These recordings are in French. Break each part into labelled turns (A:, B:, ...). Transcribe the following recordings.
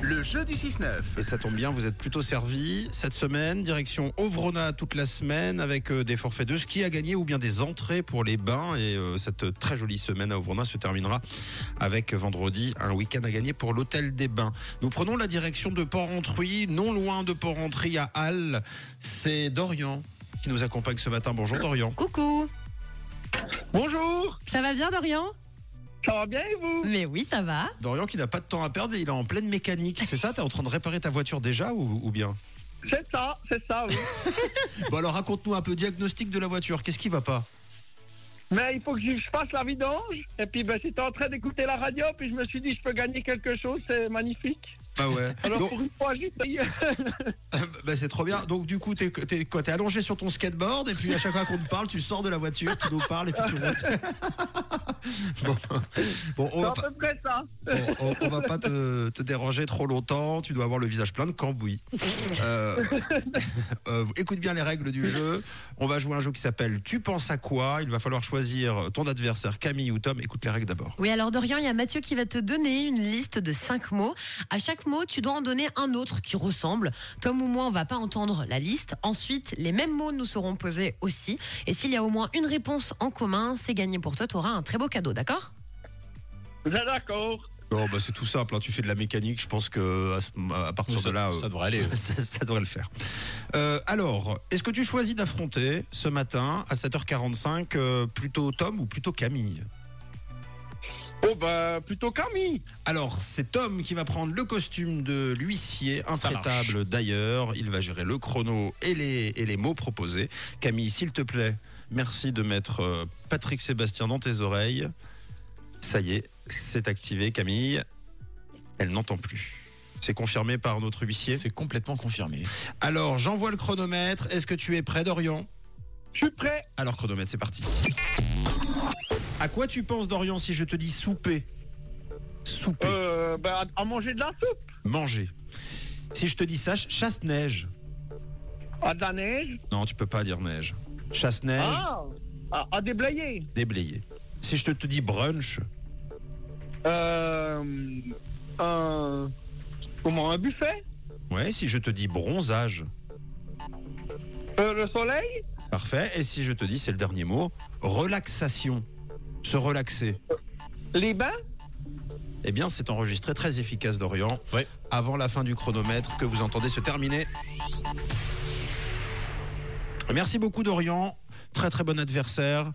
A: Le jeu du 6-9.
B: Et ça tombe bien, vous êtes plutôt servi cette semaine. Direction Ovrona toute la semaine avec euh, des forfaits de ski à gagner ou bien des entrées pour les bains. Et euh, cette très jolie semaine à Ovrona se terminera avec euh, vendredi un week-end à gagner pour l'hôtel des bains. Nous prenons la direction de Port-Entruy, non loin de Port-Entruy à Halle. C'est Dorian qui nous accompagne ce matin. Bonjour Dorian.
C: Coucou,
D: Bonjour,
C: ça va bien Dorian
D: ça va bien et vous
C: Mais oui, ça va.
B: Dorian qui n'a pas de temps à perdre et il est en pleine mécanique. C'est ça T'es en train de réparer ta voiture déjà ou, ou bien
D: C'est ça, c'est ça, oui.
B: Bon alors raconte-nous un peu diagnostic de la voiture. Qu'est-ce qui va pas
D: Mais il faut que je fasse la vidange. Et puis ben, j'étais en train d'écouter la radio, puis je me suis dit, je peux gagner quelque chose, c'est magnifique.
B: Bah ouais.
D: Alors
B: Donc-
D: pour une fois, j'ai payé.
B: Bah, c'est trop bien. Donc du coup, t'es t'es quoi T'es allongé sur ton skateboard et puis à chaque fois qu'on te parle, tu sors de la voiture, tu nous parles et puis tu montes. bon, Bon, on
D: C'est
B: va
D: à
B: pas,
D: peu près ça.
B: on- on- on va pas te, te déranger trop longtemps. Tu dois avoir le visage plein de cambouis. Euh, euh, écoute bien les règles du jeu. On va jouer un jeu qui s'appelle Tu penses à quoi Il va falloir choisir ton adversaire Camille ou Tom. Écoute les règles d'abord.
C: Oui, alors Dorian, il y a Mathieu qui va te donner une liste de cinq mots. À chaque mot, tu dois en donner un autre qui ressemble. Tom ou moi, on va pas entendre la liste. Ensuite, les mêmes mots nous seront posés aussi. Et s'il y a au moins une réponse en commun, c'est gagné pour toi. Tu auras un très beau cadeau, d'accord
D: Vous êtes d'accord
B: Oh, bah, c'est tout simple. hein. Tu fais de la mécanique. Je pense que à, ce- à partir
E: Oui, ça-
B: de là, euh,
E: ça devrait aller.
B: ça, ça devrait le faire. Euh, alors, est-ce que tu choisis d'affronter ce matin à 7h45 euh, plutôt Tom ou plutôt Camille
D: Oh ben, plutôt Camille.
B: alors, c'est Tom qui va prendre le costume de l'huissier,
E: Ça marche.
B: intraitable d'ailleurs. Il va gérer le chrono et les, et les mots proposés. Camille, s'il te plaît, merci de mettre euh, Patrick Sébastien dans tes oreilles. Ça y est, c'est activé, Camille. Elle n'entend plus. C'est confirmé par notre huissier.
E: C'est complètement confirmé.
B: Alors, j'envoie le chronomètre. Est-ce que tu es prêt, Dorian
D: Je suis prêt.
B: Alors chronomètre, c'est parti. À quoi tu penses Dorian si je te dis souper Souper,
D: Euh, ben, à à manger de la soupe,
B: manger. Si je te dis ça, chasse-neige.
D: à de la neige,
B: Non, tu peux pas dire neige. Chasse-neige,
D: ah, à, à déblayer.
B: déblayer. Si je te, te dis brunch,
D: Euh, un, comment, un buffet
B: ouais, si je te dis bronzage,
D: Euh, Le soleil
B: parfait. Et si je te dis, c'est le dernier mot, relaxation, se relaxer.
D: Les bains
B: Eh bien, c'est enregistré très efficace, Dorian.
E: Ouais.
B: Avant la fin du chronomètre que vous entendez se terminer. Merci beaucoup, Dorian. Très très bon adversaire.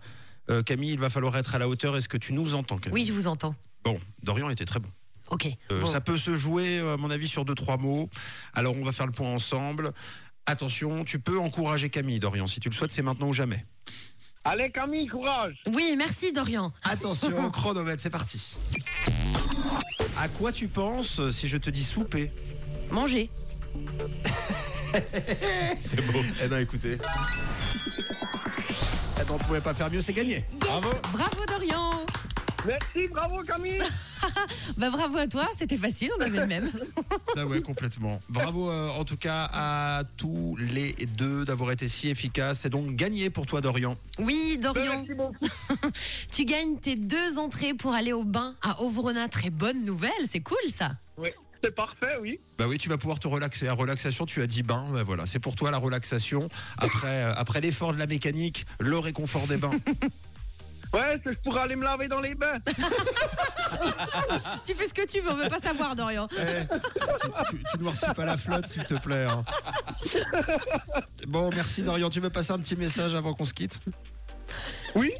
B: Euh, Camille, il va falloir être à la hauteur. Est-ce que tu nous entends Camille
C: Oui, je vous entends.
B: Bon, Dorian était très bon.
C: Ok.
B: Euh,
C: bon.
B: Ça peut se jouer, euh, à mon avis, sur deux trois mots. Alors, on va faire le point ensemble. Attention, tu peux encourager Camille, Dorian, si tu le souhaites. C'est maintenant ou jamais.
D: Allez Camille, courage.
C: Oui, merci Dorian.
B: Attention, chronomètre, c'est parti. À quoi tu penses euh, si je te dis souper
C: Manger.
E: C'est beau.
B: Eh ben écoutez. Eh ben, on pouvait pas faire mieux, c'est gagné.
C: Bravo. Bravo Dorian.
D: Merci, bravo Camille.
C: Bah, bravo à toi, c'était facile, on avait le même.
B: Ah ouais, complètement. Bravo euh, en tout cas à tous les deux d'avoir été si efficaces. C'est donc gagné pour toi Dorian.
C: Oui, Dorian.
D: Merci beaucoup.
C: Tu gagnes tes deux entrées pour aller au bain à Ovrona. Très bonne nouvelle, c'est cool ça.
D: Oui, c'est parfait, oui.
B: Bah oui, tu vas pouvoir te relaxer. À relaxation, tu as dit bain. Bah voilà, c'est pour toi la relaxation. Après, euh, après l'effort de la mécanique, le réconfort des bains.
D: Ouais, c'est pour aller me laver dans les bains.
C: Tu fais ce que tu veux, on veut pas savoir, Dorian.
B: Eh, tu, tu- tu noircis pas la flotte, s'il te plaît. hein. Bon, merci Dorian. Tu veux passer un petit message avant qu'on se quitte
D: Oui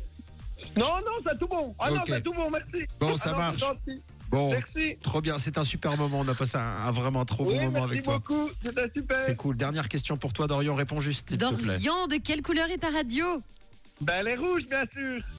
D: Non, non, c'est tout bon. Ah non,
B: Ok.
D: c'est tout bon, merci.
B: Bon,
D: Ah
B: ça
D: non,
B: marche.
D: c'est gentil.
B: Bon,
D: Merci.
B: trop bien. C'est un super moment. On a passé un, un vraiment trop
D: Oui,
B: bon moment
D: merci
B: avec toi.
D: beaucoup. C'était super.
B: C'est cool. Dernière question pour toi, Dorian. Réponds juste, s'il te plaît.
C: Dorian, de quelle couleur est ta radio
D: Ben, les rouges, bien sûr.